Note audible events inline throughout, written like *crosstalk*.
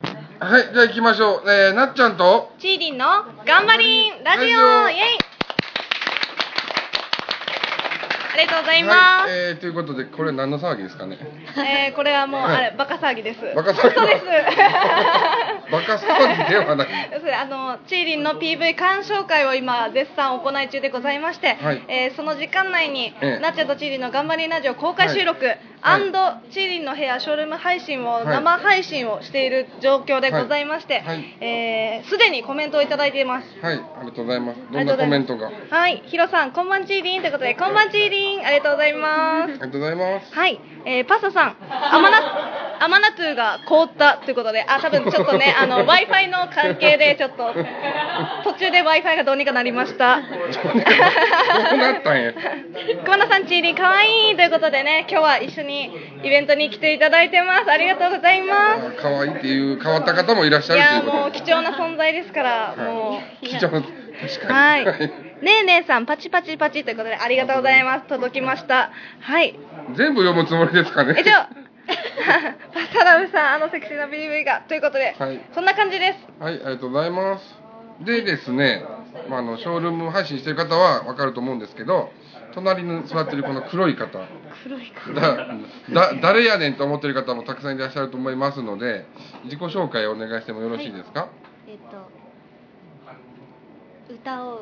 はい、じゃあ行きましょう。えー、なっちゃんと、チーリンの頑張りんラジオライジエイオありがとうございまはい、えー、ということで、これ何の騒ぎですかね。す、えーこれはもうあれバカ騒ぎですバカ騒ぎそうですバカ騒ぎではない。それあのチーリンの PV 鑑賞会を今絶賛行い中でございまして、はいえーその時間内に、ええなっちゃんとチーリンの頑張りんラジオ公開収録、はいチーリンの部屋ショールーム配信をい生配信をしている状況でございましてすで、はいはいえー既にコメントをいただいていますはい、ありがとうございます。どあんりながとコうござメいンますトが。あはい、ヒロさん、こんばんちーりんということで、こんばんちーりん、ありがとうございまりす。がとうございます。はい、えー、パサさん、アマナ、アマナトゥが凍ったということで、あ、多分ちょっとね、あの、Wi-Fi の関係で、ちょっと、途中で Wi-Fi がどうにかなりました。どうなったんや。熊田さん、ちーりん、かわいいということでね、今日は一緒にイベントに来ていただいてます。ありがとうございます。可愛いっていう変わった方もいらっしいゃるやとーいうこもとうで。貴重な存在ですから、はいもう。貴重確かはに。い。ねえねえさん、パチパチパチということで、ありがとうございます。届きました。はい。全部読むつもりですかね。以上、パ *laughs* サラブさん、あのセクシーな BV が、ということで、はいそんな感じです。はい、ありがとうございます。でですね、まあ、あのショールーム配信してる方はわかると思うんですけど、隣に座ってるこの黒い方、黒いか。だだ誰やねんと思ってる方もたくさんいらっしゃると思いますので、自己紹介をお願いしてもよろしいですか。えっと歌を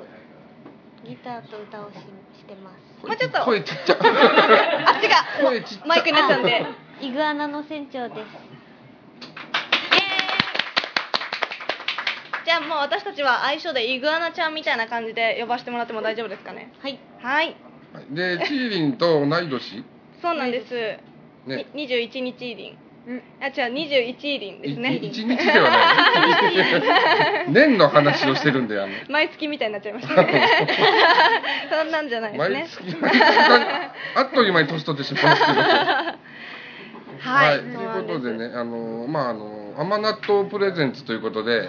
ギターと歌をししてますもうちょっと声ちっちゃ。あっちが声ちっちゃマイクになっちゃうんで。イエーイイグアナの船長ですじゃあもう私たちは相性でイグアナちゃんみたいな感じで呼ばせてもらっても大丈夫ですかね。はいはい。はいで、チーリンと同い年。そうなんです。ね。に21日イーリン。あ、違う、21イーリンですね。い一日ではな *laughs* い。年の話をしてるんで、あの。毎月みたいになっちゃいまし *laughs* たねそんなんじゃないですね毎月、毎月あっという間に年取ってしまうんですけど。はい、とそいううなんでこすとでね、あのまああの甘納豆プレゼンツということで、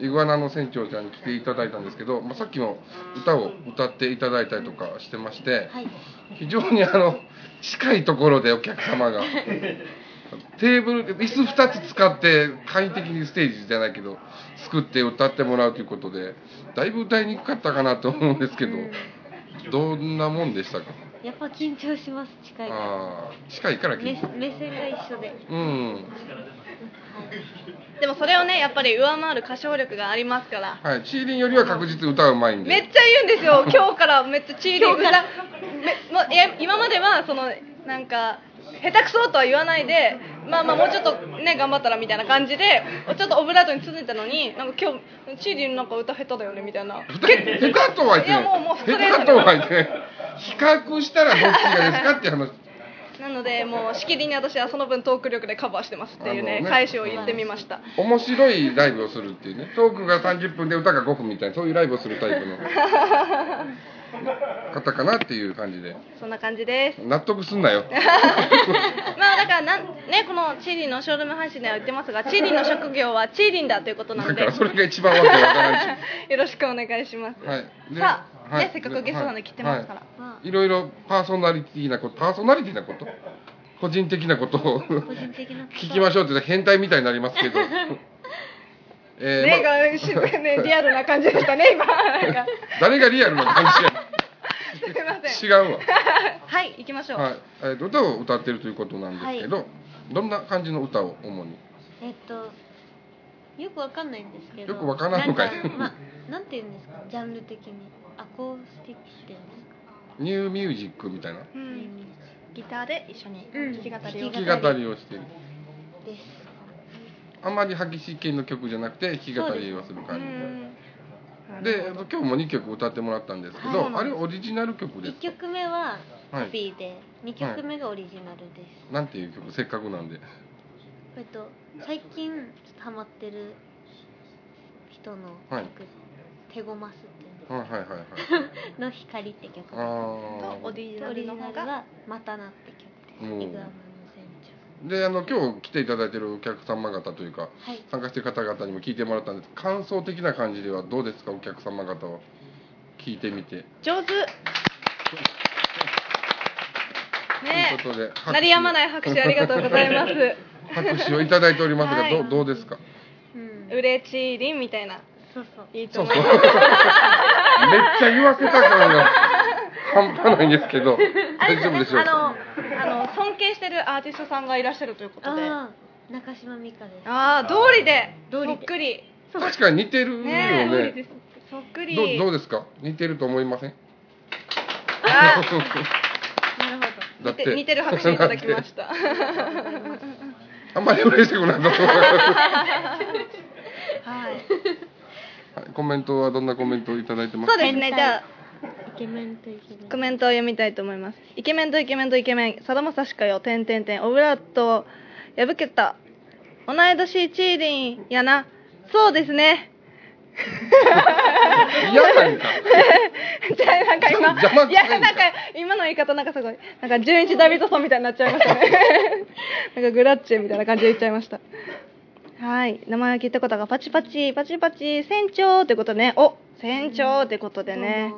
イグアナの船長ちゃんに来ていただいたんですけど、まあさっきも歌を歌っていただいたりとかしてまして、はい非常にあの近いところでお客様が。テーブル椅子2つ使って簡易的にステージじゃないけど作って歌ってもらうということでだいぶ歌いにくかったかなと思うんですけど、どんなもんでしたかやっぱ緊張します近いかあー近いからら目聞いて目線が一緒でうんでもそれをねやっぱり上回る歌唱力がありますからはい、チーリンよりは確実歌うまいんで。めっちゃ言うんですよ今日からめっちゃチーリングだめもういや今まではそのなんか下手くそとは言わないでまあまあもうちょっとね頑張ったらみたいな感じでちょっとオブラートに包んでたのになんか今日チーリンなんか歌下手だよねみたいな下手下手とは言ってないいやもうもうストレート下手にとは言ってない比較したらどっちがですかっていう話。なのでもうしきりに私はその分トーク力でカバーしてますっていうあねのね返しを言ってみました面白いライブをするっていうね。トークが30分で歌が5分みたいな、そういうライブをするタイ *laughs* プの方かなっていう感じで。そんな感じです納得すんなよ。まあだからなん、ね、このチーリンのショールーム配信では言ってますが、チーリンの職業はチーリンだということなのだで、 *laughs* からそれが一番わけわからんし。よろしくお願いします。はい。さあねせっかくゲストなんで来てますからはいはいいろいろパーソナリティなこと、パーソナリティなこと個人的なことを。個人的な聞きまししょうって言ったら変態みたいになりますけど。えーね、まあがしね、リアルな感じでしたね、 *laughs* 今。なんか誰がリアルな感すみまじせん。や。違うわ。はい、行きましょう。はい、えーと歌を歌ってるということなんですけど、どんな感じの歌を主に。えっとよくわかんないんですけどよくわからんのかいなんまあなんて言うんですかジャンル的にアコースティックっていうんですかニューミュージックみたいな。うんギターで一緒にうん弾き語りを。弾弾きき語りをしてる。ですあんまり激しい系の曲じゃなくて弾き語りをするう感んじ。で、えーと今日も2曲歌ってもらったんですけど、はいあれオリジナル曲です1。曲目ははいコピーで、二2曲目がオリジナルです、なんていう曲、せっかくなんで。えっと最近ちょっとハマってる人の曲「はい手ごます」っていうはいはいはいはい。 *laughs* のの光って曲あがとオーリジナオリルジのナ方ルが。は「またな」って曲です、うんイグアナの船であの今日来ていただいてるお客様方というか、はい参加してる方々にも聞いてもらったんです感想的な感じではどうですかお客様方を聞いてみて上手。ねということで拍手を *laughs* 鳴りやまない拍手ありがとうございます。拍手をいただいておりますが、はいどうどうですか長うんうれちいりんみたいなそうそういいとそう思そういめっますちゃ言わせた感が半端ないんですけどあ大れです丈夫よねでしょうかあのあの尊敬してるアーティストさんがいらっしゃるということであああ中島美香ですあー通りで通そりでっくり確かに似てるよねえねそっくりどうどうですか似てると思いませんあなるほど *laughs* だ似ってて似てる拍手いただきました *laughs* あんまり嬉しくないと思いまはいすはいコメントはどんなコメントをいただいてますそうかですねじゃあイケメンとイケメンコメントを読みたいと思いますイケメンとイケメンとイケメンさだまさしかよ点点点オブラートを破けた同い年チーリンやなそうですね *laughs* 嫌なんかじゃあなんか今邪魔くいさいんだやなんか今の言い方なんかすごいなんか純一ダビッドソンみたいになっちゃいましたね *laughs* なんかグラッチェみたいな感じで言っちゃいましたはい名前を聞いたことがパチパチパチパチ船長ってことねお船長ってことでね、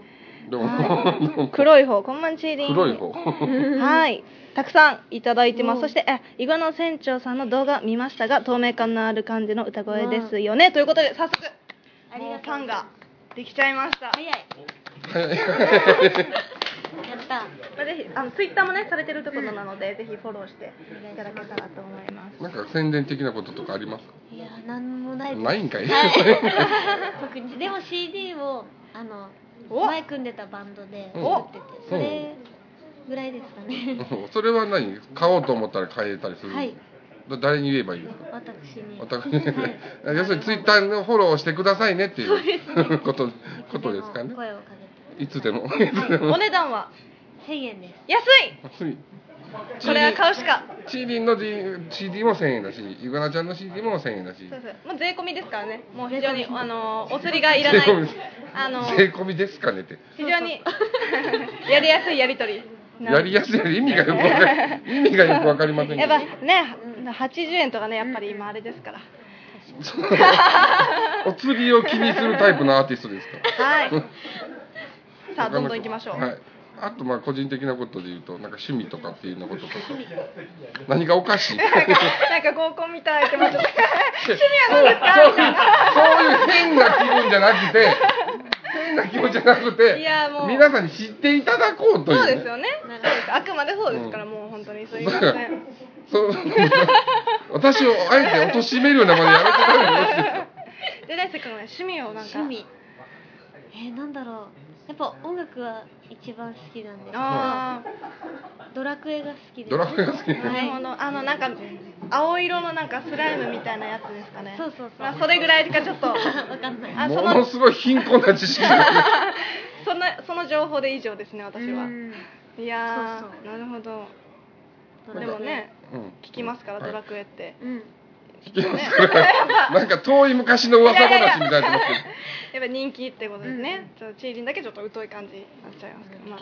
どうも黒い方こんばんチーリン黒い方はい、たくさんいただいてます。そして、え、イグアナ船長さんの動画見ましたが、透明感のある感じの歌声ですよね。ということで、早速、ありもがうとうファンができちゃいました。早いやったまあ、ぜひ、あの、ツイッターもね、されてるところなので、ぜひフォローしていただけたらと思いま *laughs* す。なんか宣伝的なこととかありますかいやなんもないですないんかいはい特にでも CD をあのお前組んでたバンドでうん持っててそれぐらいですか *laughs* ねそれは何買おうと思ったら買えたりするんですかだ誰に言えばいいですか私 *laughs* に私ね、要するにツイッターのフォローをしてくださいねっていうことことですかいつねも。声をかいつで *laughs* も。いつでもお値段はけて1000円です安い安いこれは買うしか。チーリンの D- CD も1000円だし、イグナちゃんの CD も1000円だしそ、うそう。もう税込みですからね。もう非常に、あの、お釣りがいらない税込み。あの、税込みですかねって。非常にやりやすいやりとり。やりやすい意味がよくわかり、意味がよくわかりませんやけっどぱ。ね、80円とかね、やっぱり今あれですから。 *laughs* お釣りを気にするタイプのアーティストですかはい。 *laughs* さあ、どんどん行きましょう。はい。あとまあ個人的なことで言うと、なんか趣味とかっていうのこととか。何がおか *laughs* しい。 *laughs* なんか合コンみたいって *laughs* 思っちゃった。趣味はどうですかみたいな。そういう変な気分じゃなくて、変な気分じゃなくて、いやもう皆さんに知っていただこうという、そうですよね。そうなるほどですあくまでそうですから、もう本当 *laughs* にすいません。だからそう私をあえて貶めるようなまでやめてたらよろしいですかで、大輔君はね趣味をなんか。趣味えー、なんだろうやっぱ音楽は一番好きなんですけどあドラクエが好きですドラクエが好きあ、なるほど。あの、なんか、青色のなんかスライムみたいなやつですかね。そうそうそうまあ、それぐらいしかちょっと。わかんないあ、そものの、すごい貧困な知識ですねその、その情報で以上ですね、私はう。んいやーそうそうなるほどドラでクエもねうん *laughs* 聞きますから、はいドラクエってうん聞きますなんか遠い昔の噂話みたいになってますやっぱ人気ってことですね、ちょっとチーリンだけちょっと疎い感じになっちゃいますけど、まあ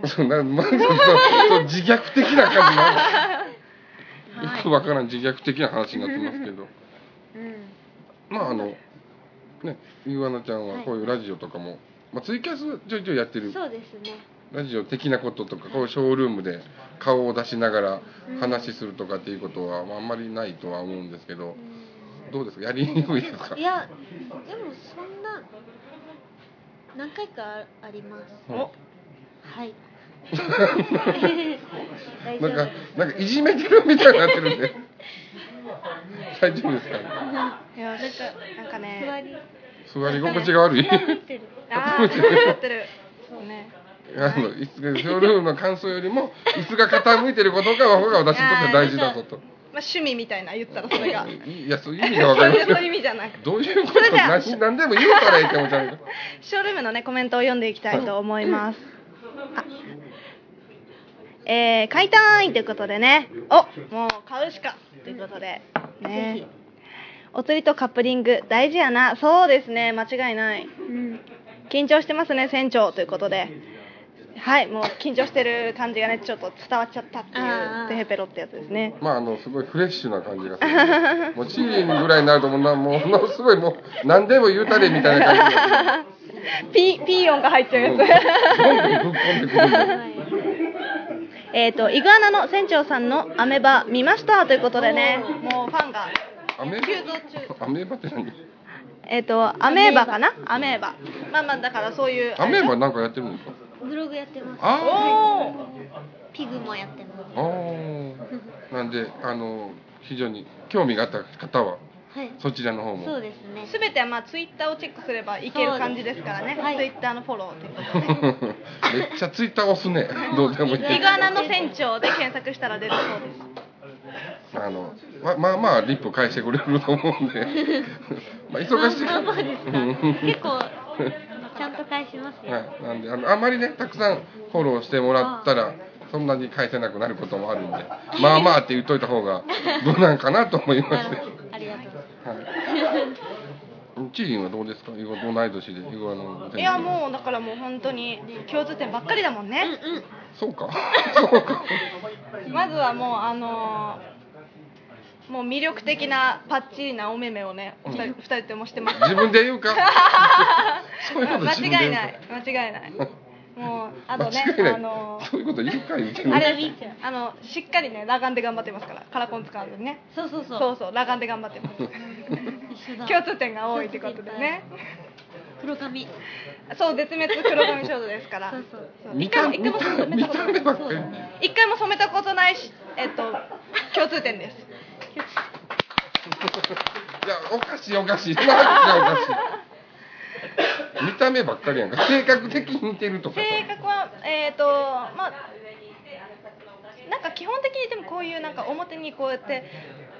けどそうななんかそうそう自虐的な感じの、よくわからん自虐的な話になってますけどうんまああのねゆうあなちゃんはこういうラジオとかも、まあ、ツイキャスちょいちょいやってるそうですねラジオ的なこととかこういうショールームで顔を出しながら話するとかっていうことはまああんまりないとは思うんですけどどうですかやりにくいですかいやでもそんな何回かあありますおはい大 *laughs* 丈なん夫かですなんかいじめてるみたいになってるんで大丈夫ですかねいやなんかなんか座ねり座り心地が悪い座りしてるああ *laughs* やってるそうねあの椅子がショールームの感想よりも椅子が傾いてることが方が私にとっては大事だぞとまあ趣味みたいな言ったらそれがそういやそう *laughs* いう意味がわかりま *laughs* いすよう意味じゃなくどういうことそれじゃあ何何でも言うたらいいかもじゃんショールームのねコメントを読んでいきたいと思います。あえー、買いたいということでね。おもう買うしかということでね。お釣りとカップリング大事やな。そうですね間違いない。うん緊張してますね船長ということで。はいもう緊張してる感じがねちょっと伝わっちゃったっていあうーテヘペロってやつですね。まああのすごいフレッシュな感じがするもうチーンぐらいになるともうなものすごいもう何でも言うたれみたいな感じがピーピー音が入っちゃうやつ。ど *laughs* んどんぶっ込んでくるんでえっ、と、イグアナの船長さんのアメバ見ましたということでね、もうファンがアメ急増中アメーバって何えっ、とアメーバかなアメーバまあまあだからそういうアメーバなんかやってるんですかブログやってますあおおピグもやってますああーなんであの非常に興味があった方ははいそちらの方もそうですねすべてはまあツイッターをチェックすればいける感じですからね、はいツイッターのフォローということで *laughs* めっちゃツイッター押すねどうでもいいイグアナの船長で検索したら出るそうですあのままあまあリップ返してくれると思うんで *laughs* まあ忙しいまかあまらあまあ *laughs* ですか結構ちゃんと返しますよ、はい、なんであのあんまりねたくさんフォローしてもらったらそんなに返せなくなることもある *laughs* んでまあまあって言っといた方が無難かなと思いまなしてるほどありがとう *laughs* ございますはいチーリンはどうですかいご同い年でいごあのいやもうだからもう本当に共通点ばっかりだもんね、そうか *laughs* そうかまずはもうあのーもう魅力的なパッチリなお目目をねお二人,、二人ともしてます自分で言う *laughs* かそういうこと間自分で違言いうかない間違いないもうあとね間違いないあのーそういうこと言うか言うてあねれですよあのしっかりね裸眼で頑張ってますからカラコン使わずにねそうそうそうそうそう裸眼で頑張ってます一緒だ共通点が多いってことでね黒髪 *laughs* そう絶滅黒髪少女ですからそうそうそう見一た回も見た一回も染め見たことたな目いばっかり一回も染めたことないしえっと共通点ですいやおかしいおかしいなんかおかしい見た目ばっかりやんか性格的に似てるとかさ性格はえっ、とまあなんか基本的にでもこういうなんか表にこうやって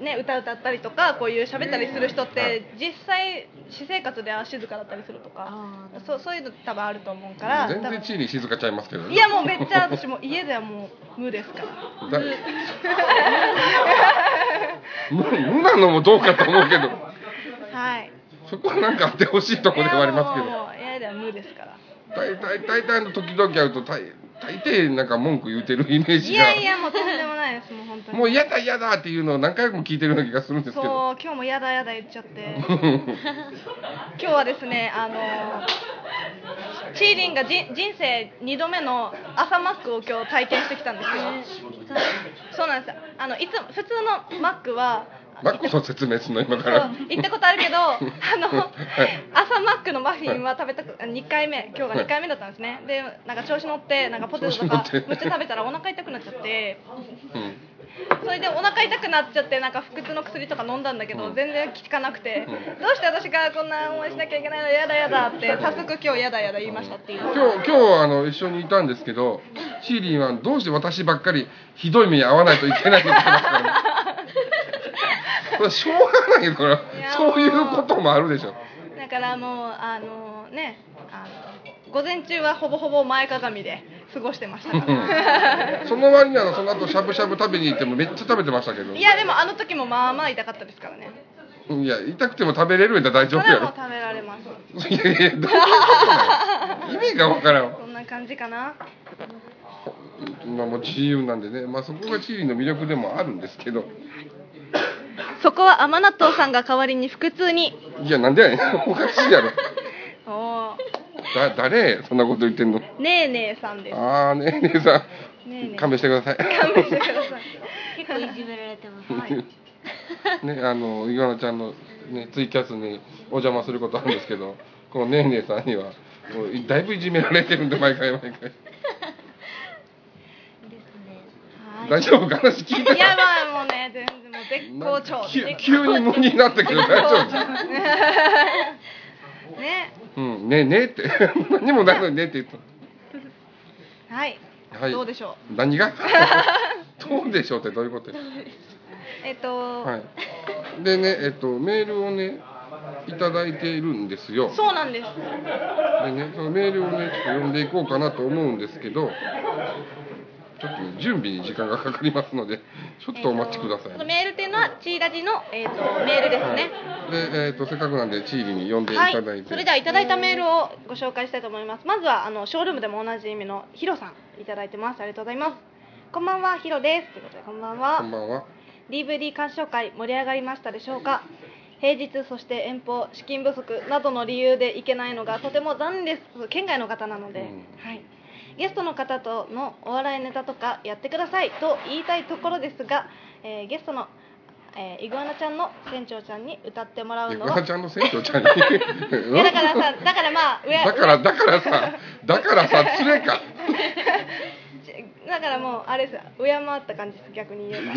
ね歌歌ったりとかこういう喋ったりする人って実際私生活では静かだったりするとかあーそうそういうの多分あると思うから全多然分地位に静かちゃいますけどねいやもうめっちゃ私もう家ではもう無ですかだ *laughs* ら無無なのもどうかと思うけどはいそこはなんかあってほしいところではありますけいやもどうもう家では無ですから大体大体の時々会うと大大抵なんか文句言うてるイメーいジがやいやもうとんでもないですもう本当にもう嫌だ嫌だっていうのを何回も聞いてるような気がするんですそけうど今日もやだやだ言っちゃって今日はですねあのチーリンがじ人生2度目の朝マックを今日体験してきたんですよいかがそうなんですよあのいつも普通のマックは *laughs* マックの説明するの今そかうら行ったことあるけどあのはい朝マックのマフィンは食べたく2回目今日が2回目だったんですねでなんか調子乗ってなんかポテトとか調子乗ってむっちゃ食べたらお腹痛くなっちゃってうんそれでお腹痛くなっちゃってなんか腹痛の薬とか飲んだんだけど、うん全然効かなくて、うんどうして私がこんな思いしなきゃいけないのやだやだって早速今日やだやだ言いましたっていう、今日今日あの一緒にいたんですけどシーリンはどうして私ばっかりひどい目に遭わないといけないのかなって *laughs* これしょうがないからいやそういうこともあるでしょだからもうあのねあの午前中はほぼほぼ前かがみで過ごしてましたからその割にはその後しゃぶしゃぶ食べに行ってもめっちゃ食べてましたけど *laughs* いやでもあの時もまあまあ痛かったですからねいや痛くても食べれるんだ大そ丈れ夫やろはもう食べられますいやいやどういうことなん意味がわからんこんな感じかなまあもう自由なんでね、まあ、そこがチーリンの魅力でもあるんですけどそこは甘納豆さんが代わりに腹痛にいやなんでやねんお *laughs* かしいやろおだ誰そんなこと言ってんのーねえねえさんですああねえ姉さん、 *laughs* ねえねえ勘弁してください勘弁 *laughs* してください結構いじめられてま *laughs* す、ねあのイグアナちゃんの、ね、ツイキャスにお邪魔することあるんですけどこのねえねえさんにはもうだいぶいじめられてるんで毎回毎回ですねはい大丈夫話聞いていやばいもうね全然もう絶好調急絶急に無になったけど大丈夫夫ねうんねえねえって *laughs* 何もないのにねえって言っはい、た、はい、どうでしょう何 *laughs* がどうでしょうってどういうことようえっと、はいでねえっとメールをねいただいているんですよそうなんですでね、そのメールをね、ちょっと読んでいこうかなと思うんですけど、ちょっとね、準備に時間がかかりますので、ちょっとお待ちくださいえっとこの。メールっていうのはチーラジの、えっとメールですね、で、えっ、と、せっかくなんで、チーリに読んでいはたい、だいて。それではいただいたメールをご紹介したいと思います。まずはあのショールームでもおなじみのヒロさんいただいてます。ありがとうございます。こんばんはヒロです。ということでこんばんは。こんばんは。 DVD 鑑賞会盛り上がりましたでしょうか平日そして遠方資金不足などの理由で行けないのがとても残念です県外の方なので、うんはい、ゲストの方とのお笑いネタとかやってくださいと言いたいところですが、えーゲストのえーイグアナちゃんの船長ちゃんに歌ってもらういやのグはラちゃんの船長ちゃんにいやだからさだからまあ上 *laughs* だからだからさだからさつれかじだからもうあれです敬った感じです逆に言えば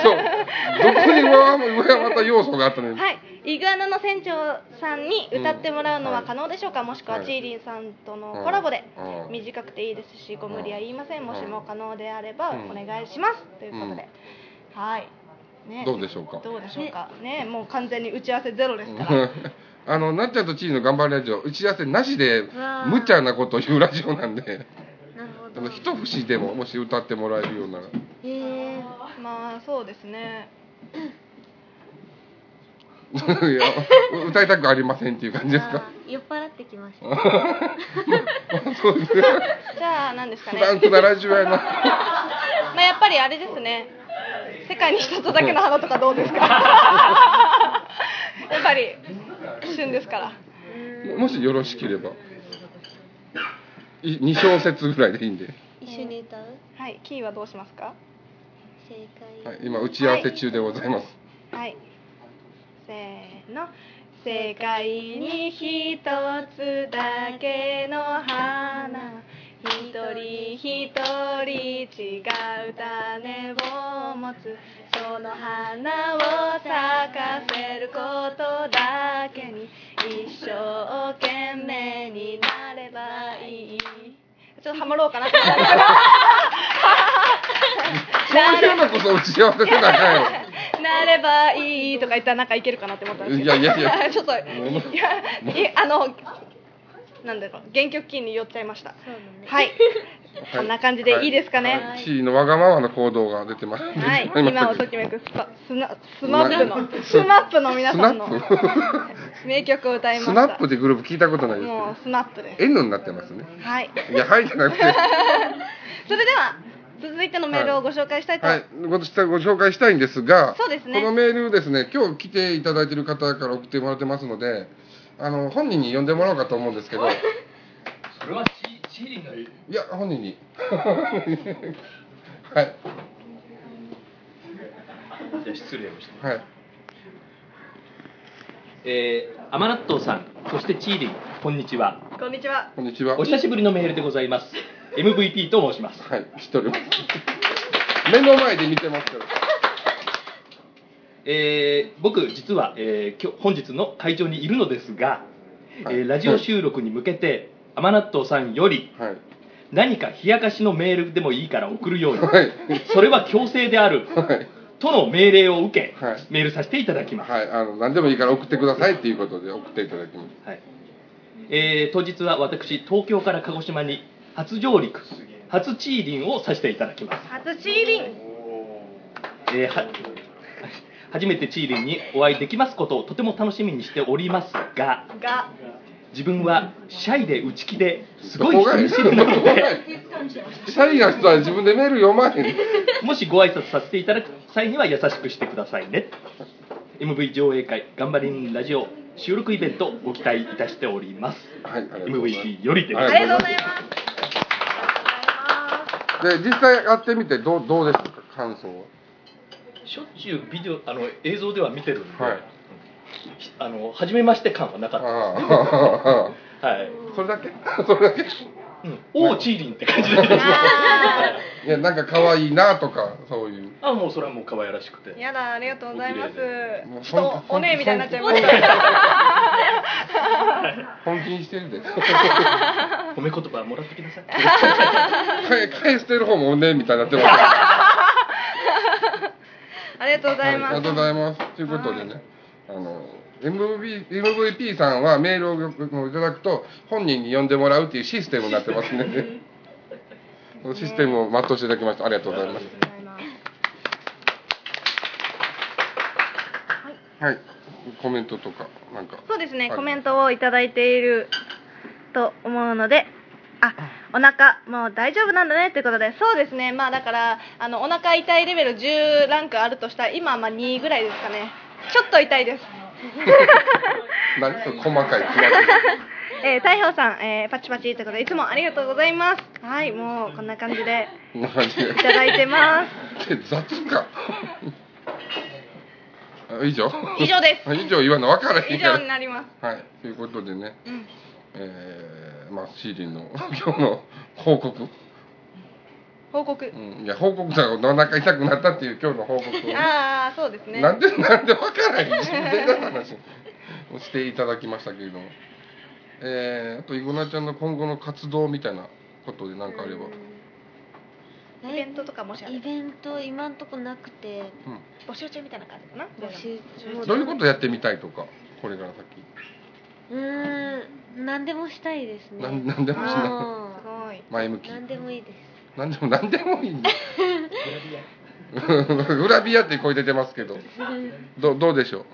そうどこに上回上回った要素があったのに、はいイグアナの船長さんに歌ってもらうのうはん可能でしょうか、もしくははいチーリンさんとのコラボで、うん短くていいですしご無理は言いません、うんもしも可能であればうんお願いします、ということで、はい、ね、どうでしょうかどうでしょうかねもう完全に打ち合わせゼロですから、 *laughs* あのなっちゃんとチーの頑張るラジオ打ち合わせなしでわー無茶なことを言うラジオなん *laughs* でなるほあどの一節でももし歌ってもらえるようなら *laughs* ええ *laughs* まあそうですねいや歌いたくありませんっていう感じですかあー酔っ払ってきましたそうですねじゃあ何ですか普ね段くだらじゅ *laughs* やなまあやっぱりあれですね世界に一つだけの花とかどうです *laughs* かやっぱり旬ですからもしよろしければ2小節ぐらいでいいんで、一緒に歌うはいキーはどうしますか正解、はい、今打ち合わせ中でございます、はいせーの世界に一つだけの花一人一人違う種を持つその花を咲かせることだけに一生懸命になればいいちょっとハモろう *laughs* かなそういうのこそ打ち合わせせなあかんよ *laughs* なればいいとか言ったらなんかいけるかなって思ったんですけどいやいやいや *laughs* ちょっといやいあ *laughs* のなんだろう原曲キーに寄っちゃいましたそうだねはいこんな感じでいいですかねはいチーのわがままの行動が出てますはい、今をときめくスパスナスマップのススマップの皆スさナんの *laughs* ッ名曲を歌いプスましナッたプでグループ聞いたことないですもうスマップでけど N になってますねす *laughs* はいいやはいじゃなくてそれでは続いてのメールをご紹介したいと、はい、ごしたご紹介したいんですが、そうですねこのメールですね、今日来ていただいている方から送ってもらってますので、あの本人に呼んでもらおうかと思うんですけど、いそれはチチーリンがいいや本人に、 *laughs* はいじゃあ失礼をしてはいえー、甘納豆さんそしてチーリンこんにちはこんにちはこんにちは。お久しぶりのメールでございます MVP と申しますはい、知っております。目の前で見てますけど、えー僕実は、えー今日本日の会場にいるのですが、はいえーラジオ収録に向けて甘納豆さんよりはい何か冷やかしのメールでもいいから送るように、はいそれは強制である、はいとの命令を受け、はいメールさせていただきます、はい、あの何でもいいから送ってくださいっていうことで送っていただきます。はいえー当日は私東京から鹿児島に初上陸初チーリンをさせていただきます、初チーリンえーは初めてチーリンにお会いできますことをとても楽しみにしておりますがが自分はシャイで内気ですごい人見知りな *laughs* のでシャイな人は自分でメール読まへん。もしご挨拶させていただく際には優しくしてくださいね MV 上映会頑張りんラジオ収録イベントご期待いたしておりますはい、ありがとうございます MVP よりです、はありがとうございますで実際やってみてどうどうでしたか感想はしょっちゅうビデオあの映像では見てるんで、はいひあの初めまして感はなかっあた、はいあ *laughs* それだけそれだけうん、おーチーリンって感じ *laughs* でいやなんか可愛いなとかそういうあもうそれはもう可愛らしくてやだありがとうございますもうちょっとお姉みたいになっちゃいました本気にして *laughs* るで褒め言葉もらってきなさい返返してる方もねみたいになってますあありがとうございあまりがとうすございますということでねあの MV MVP さんはメールをいただくと本人に呼んでもらうっていうシステムになってます *laughs* ねこのシステムを全うしていただきましたありがとうございますはいコメントとかなんかそうですねはいコメントをいただいていると思うのであお腹もう大丈夫なんだねってことでそうですねまあだからあのお腹痛いレベル10ランクあるとしたら今はまあ2ぐらいですかねちょっと痛いです何それ細かい細かいえー、太陽さん、えー、パチパチってことでいつもありがとうございますはい *laughs* もうこんな感じでこんな感じでいただいてますえ雑かあ *laughs* 以上 *laughs* 以上です以上言わな分からへ以んか上らになりますはい、ということでね、うんえーまあ、シーリンの *laughs* 今日の報告、報告うん、いや、報告だお腹痛くなったっていう今日の報告を、ああそうですねなんで、なんで分からへん、自然な話をしていただきましたけれども、えー、あと、イゴナちゃんの今後の活動みたいなことで、なんかあれば、うんイベントとかもしあれイばベント今んとこなくてう募集中みたいな感じかな募集ん、どういうことやってみたいとか、これから先、うーん何でもしたいですねなんなんでもしなうんすごいい、前向き、何でもいいですなんでも、なんでもいい *laughs* んだ。グラビアって声出てますけど、どどうでしょう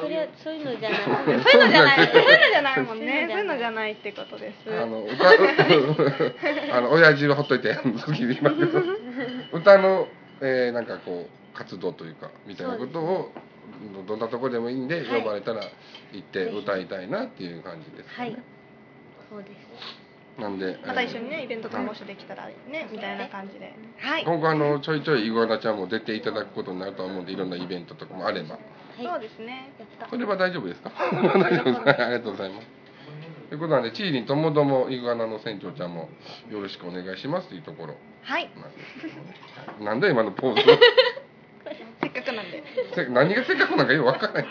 それそういうのじゃなくてそういうのじゃないそういうのじゃないもんねそそうういいううののじじゃゃないってことですあの歌 *laughs* あの親父をほっといて *laughs* 次で今けど歌の、えーなんかこう活動というかみたいなことをどどんなとこでもいいんで、はい呼ばれたら行って歌いたいなっていう感じです、ねはいそうですなんでまた一緒にえねイベントとかも一緒できたらねみたいな感じではいー今後あのちょいちょいイグアナちゃんも出ていただくことになると思うんでいろんなイベントとかもあればはいそうですねやったそれは大丈夫ですか *laughs* 大丈夫ですかありがとうございますということなんでチーリンともどもイグアナの船長ちゃんもよろしくお願いしますというところはいなんだよ今のポーズせっかくなんでせ何がせっかくなんかよくわからない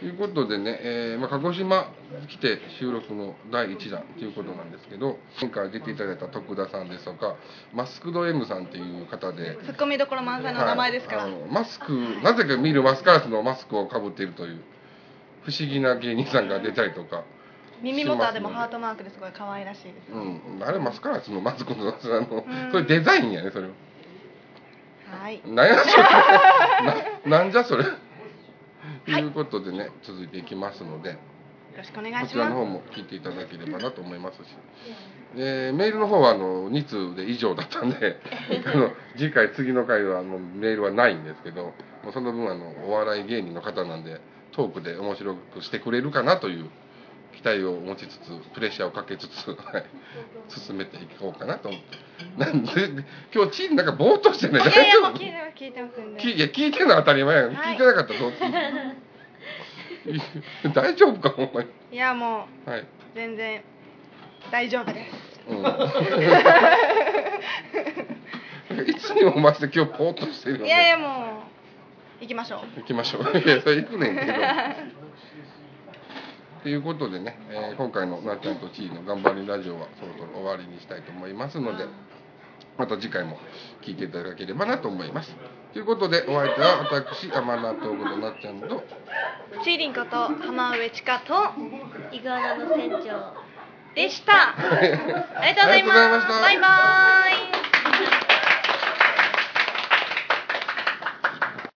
ということでね、えーまあ、鹿児島来て収録の第1弾ということなんですけど前回出ていただいた徳田さんですとかマスクド M さんという方でツッコミどころ満載の名前ですからはいあのマスクなぜか見るマスカラスのマスクをかぶっているという不思議な芸人さんが出たりとか、耳元でもハートマークですごい可愛らしいですうん、あれマスカラスのマスクのあの *laughs* うんそれデザインやねそれははいなんやそれ *laughs* ななんじゃそれということでね、続いていきますのでよろしくお願こいしちらまの方すも聞いていただければなと思いますし、えーメールの方はあの2通で以上だったんで *laughs* あの次回次の回はあのメールはないんですけどもうその分あのお笑い芸人の方なんでトークで面白くしてくれるかなという期待を持ちつつプレッシャーをかけつつ、 *laughs* はい、進めていこうかなと思ってなんで *laughs* 今日チームなんかぼーっとしてないい *laughs* 大や丈いやもう夫聞いてます聞いてますんできいや聞いてるのは当たり前やん、はい聞いてなかったらどうす *laughs* る *laughs* 大丈夫かお前いやもはい、う全然大丈夫ですうん、いつにも増して今日ポーっとしてるよねいやいやもう行きましょう行きましょういやそれ行くねんけどということでね、えー今回のなっちゃんとちーの頑張りラジオはそろそろ終わりにしたいと思いますのでまた次回も聞いていただければなと思いますということでお相手は私天納豆ことなっちゃんとチーリンこと浜上千佳とイグアナの船長でしたありがとうございますありがとうございましたバイバーイ